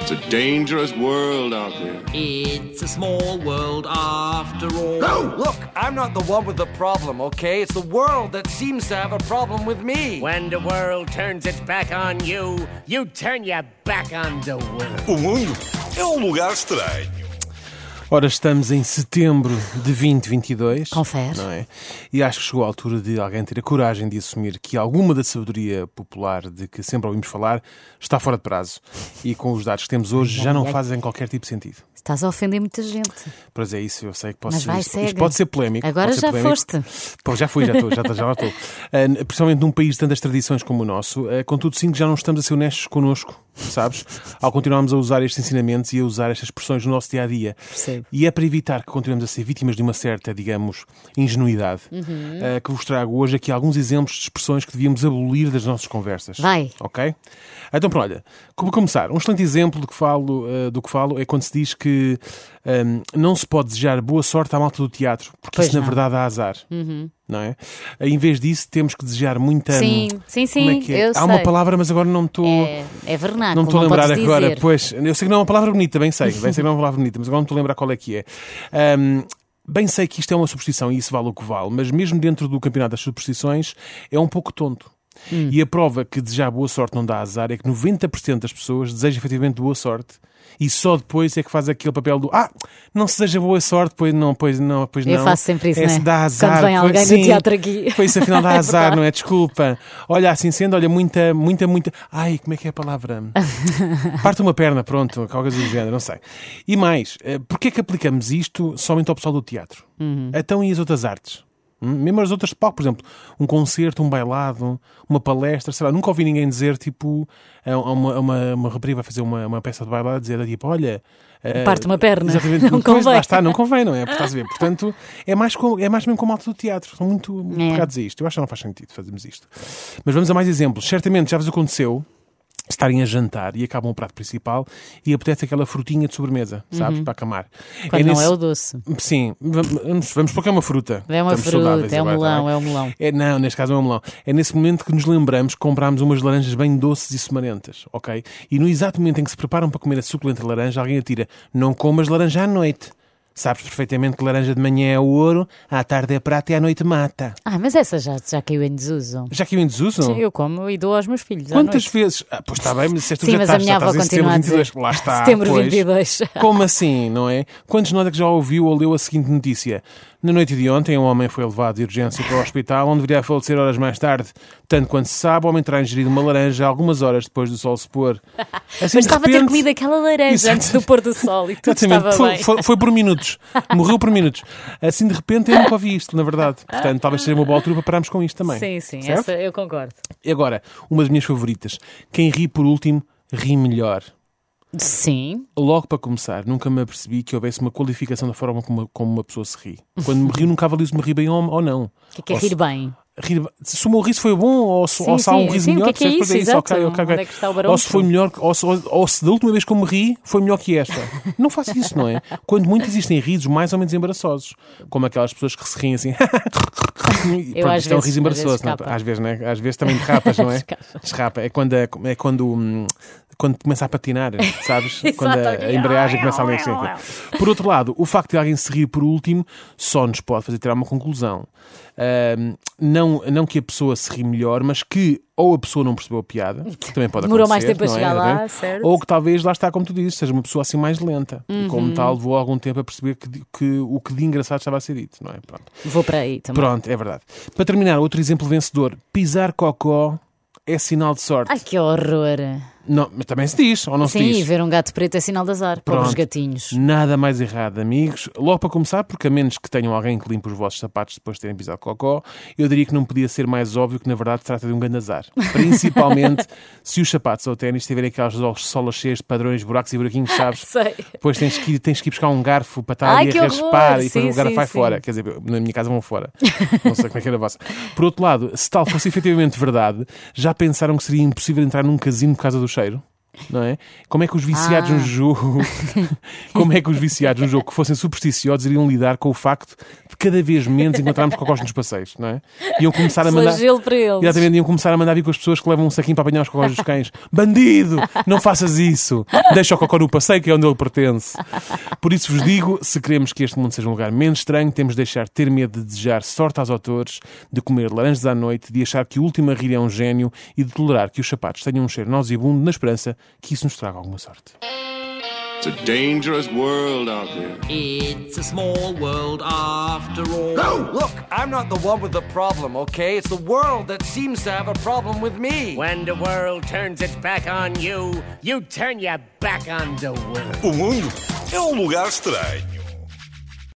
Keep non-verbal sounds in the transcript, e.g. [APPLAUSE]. It's a dangerous world out there. It's a small world after all. No! Oh, Look, I'm not the one with the problem, okay? It's the world that seems to have a problem with me. When the world turns its back on you, you turn your back on the world. O mundo é um lugar estranho. Ora, estamos em setembro de 2022. Confere. Não é? E acho que chegou a altura de alguém ter a coragem de assumir que alguma da sabedoria popular de que sempre ouvimos falar está fora de prazo. E com os dados que temos hoje já não fazem qualquer tipo de sentido. Estás a ofender muita gente. Pois é isso, eu sei que posso Mas ser. vai, isto, segue. isto pode ser polémico. Agora pode ser já polémico. foste. Pô, já fui, já estou, já, estou, já lá [LAUGHS] estou. Ah, principalmente num país de tantas tradições como o nosso, ah, contudo sim que já não estamos a ser honestos connosco, sabes? Ao continuarmos a usar estes ensinamentos e a usar estas expressões no nosso dia a dia. Percebo. E é para evitar que continuemos a ser vítimas de uma certa, digamos, ingenuidade, Uhum. ah, que vos trago hoje aqui alguns exemplos de expressões que devíamos abolir das nossas conversas. Vai. Ok? Então, pronto, olha, como começar? Um excelente exemplo do que falo, eh, do que falo é quando se diz que ehm, não se pode desejar boa sorte à malta do teatro, porque Pois isso na não. Uhum. verdade há azar. Não é? Em vez disso, temos que desejar muita. Sim, sim, sim, como é que é? eu Há uma sei. palavra, mas agora não me estou. É, é vernáculo. Não me estou a lembrar podes agora, dizer. pois. Eu sei que não é uma palavra bonita, bem sei. Bem sei que não é uma palavra bonita, mas agora não me estou a lembrar qual é que é. Ahm, bem sei que isto é uma superstição e isso vale o que vale, mas mesmo dentro do campeonato das superstições é um pouco tonto. Hum. E a prova que desejar boa sorte não dá azar é que 90% das pessoas desejam efetivamente boa sorte e só depois é que faz aquele papel do Ah, não se deseja boa sorte, pois não, pois não, pois Eu não. faço sempre isso, é, não é? se dá Quando azar. vem pois- alguém do sim, teatro aqui. Pois isso [LAUGHS] afinal dá azar, não é? Desculpa. Olha, assim sendo, olha, muita, muita, muita. Ai, como é que é a palavra? Parte uma perna, pronto, qualquer coisa do género, não sei. E mais, eh, porquê é que aplicamos isto somente ao pessoal do teatro? Então e as outras artes? Hum? Mesmo as outras de palco, por exemplo, um concerto, um bailado, uma palestra, sei lá, nunca ouvi ninguém dizer, tipo, a a uma, a uma, uma rapariga vai fazer uma, uma peça de bailado, dizer, tipo, olha... eh, Parte uma perna. [LAUGHS] Exatamente, Não pois, convém. lá está, não convém, não é? Porque estás a ver. Portanto, é mais, com- é mais mesmo como alto do teatro. São muito É. pegados a isto. Eu acho que não faz sentido fazermos isto. Mas vamos a mais exemplos. Certamente já vos aconteceu estarem a jantar e acabam o prato principal e apetece aquela frutinha de sobremesa, sabes? Para acamar. Uhum. Quando não nesse- é o doce. Sim, vamos, vamos porque é uma fruta. É uma Estamos saudáveis fruta, é um agora, melão, tá bem? é um melão. É, não, neste caso é um melão. É nesse momento que nos lembramos que comprámos umas laranjas bem doces e sumarentas, ok? E no exato momento em que se preparam para comer a suculenta laranja, alguém atira: Não comas laranja à noite. Sabes perfeitamente que laranja de manhã é ouro, à tarde é prata e à noite mata. Ah, mas essa já, já caiu em desuso. Já que eu em desuso? Sim, eu como e dou aos meus filhos. à Quantas noite. vezes? Ah, pois está bem, mas disseste tu Sim, já mas estás, a minha já avó estás em setembro continua a dizer. 22. Lá está. Setembro pois. 22. Como assim, não é? Quantos de nós é que já ouviu ou leu a seguinte notícia? Na noite de ontem, um homem foi levado de urgência para o hospital, onde viria a falecer horas mais tarde. Tanto quanto se sabe, o homem terá ingerido uma laranja algumas horas depois do sol se [LAUGHS] pôr. Assim, Mas de estava a ter repente- comido aquela laranja Exato. antes do pôr do sol e tudo Exatamente, estava foi, bem. foi- foi por minutos, morreu por minutos. Assim de repente eu nunca ouvi isto, na verdade. Portanto, talvez seja uma boa altura para pararmos com isto também. Sim, sim, Certo? essa eu concordo. E agora, uma das minhas favoritas. Quem ri por último, ri melhor. Sim, Logo para começar, nunca me apercebi que houvesse uma qualificação da forma como uma, como uma pessoa se ri. Quando me rio, nunca avalio se me ri bem ou, ou não. o que é que é Ou se- rir bem? rir- se o meu riso foi bom ou se, Sim, ou se há um sim, riso sim, o melhor, que é que é percebes? Pois isso? ok, Exato, ok, ok. onde é que está o ou se barómetro? foi melhor, ou se, ou- ou se da última vez que eu me ri foi melhor que [LAUGHS] esta. Não faço isso, não é? Quando muito existem risos mais ou menos embaraçosos, como aquelas pessoas que se riem assim. [LAUGHS] E, Eu Pronto, às isto é um vezes- riso às embaraçoso, vezes não é? escapa. às vezes, não é? Às vezes também derrapas, não é? [LAUGHS] Escapa. Derrapa. É quando, a- é quando, hum, quando começa a patinar, [LAUGHS] sabes? quando a, a embreagem começa a ler assim. Por outro lado, o facto de alguém se rir por último só nos pode fazer tirar uma conclusão. Ahm, não, não que a pessoa se ri melhor, mas que ou a pessoa não percebeu a piada, [LAUGHS] que também pode Demorou acontecer, mais tempo a não é? chegar lá, Exatamente. certo. Ou que talvez, lá está, como tu dizes, seja uma pessoa assim mais lenta. E Uhum. como tal, levou algum tempo a perceber que, de- que o que de engraçado estava a ser dito, não é? Pronto. Vou para aí também. Pronto, é verdade. Para terminar, outro exemplo vencedor: pisar cocó é sinal de sorte. Ai, que horror. Não, mas também se diz, ou não se Sim, diz? e ver um gato preto é sinal de azar. Pobres Pronto. gatinhos. Nada mais errado, amigos. Logo para começar, porque a menos que tenham alguém que limpe os vossos sapatos depois de terem pisado cocó, eu diria que não podia ser mais óbvio que na verdade se trata de um grande azar. Principalmente se os sapatos ou ténis tiverem aquelas solas cheias de padrões, buracos e buraquinhos, sabes? Sei. Depois tens que, ir, tens que ir buscar um garfo para estar Ai, ali que a horror! raspar e Sim, depois o garfo sim, vai sim. fora. Quer dizer, na minha casa vão fora. Não sei como é que era a vossa. Por outro lado, se tal fosse efetivamente verdade, já pensaram que seria impossível entrar num casino por causa do cheiro? não é? Como é que os viciados Ah. no jogo, [LAUGHS] como é que os viciados no jogo que fossem supersticiosos iriam lidar com o facto de cada vez menos encontrarmos cocós nos passeios, não é? Iam começar a mandar Flagelo para eles. Exatamente, iam começar a mandar vir com as pessoas que levam um saquinho para apanhar os cocós dos cães. Bandido, não faças isso. Deixa o cocó no passeio, que é onde ele pertence. Por isso vos digo, se queremos que este mundo seja um lugar menos estranho, temos de deixar de ter medo de desejar sorte aos autores, de comer laranjas à noite, de achar que o último a rir é um gênio e de tolerar que os sapatos tenham um cheiro nauseabundo na esperança que isso nos traga alguma sorte. It's a dangerous world out there. It's a small world after all. Look, I'm not the one with the problem, okay? It's the world that seems to have a problem with me. When the world turns its back on you, you turn your back on the world. O mundo é um lugar estranho.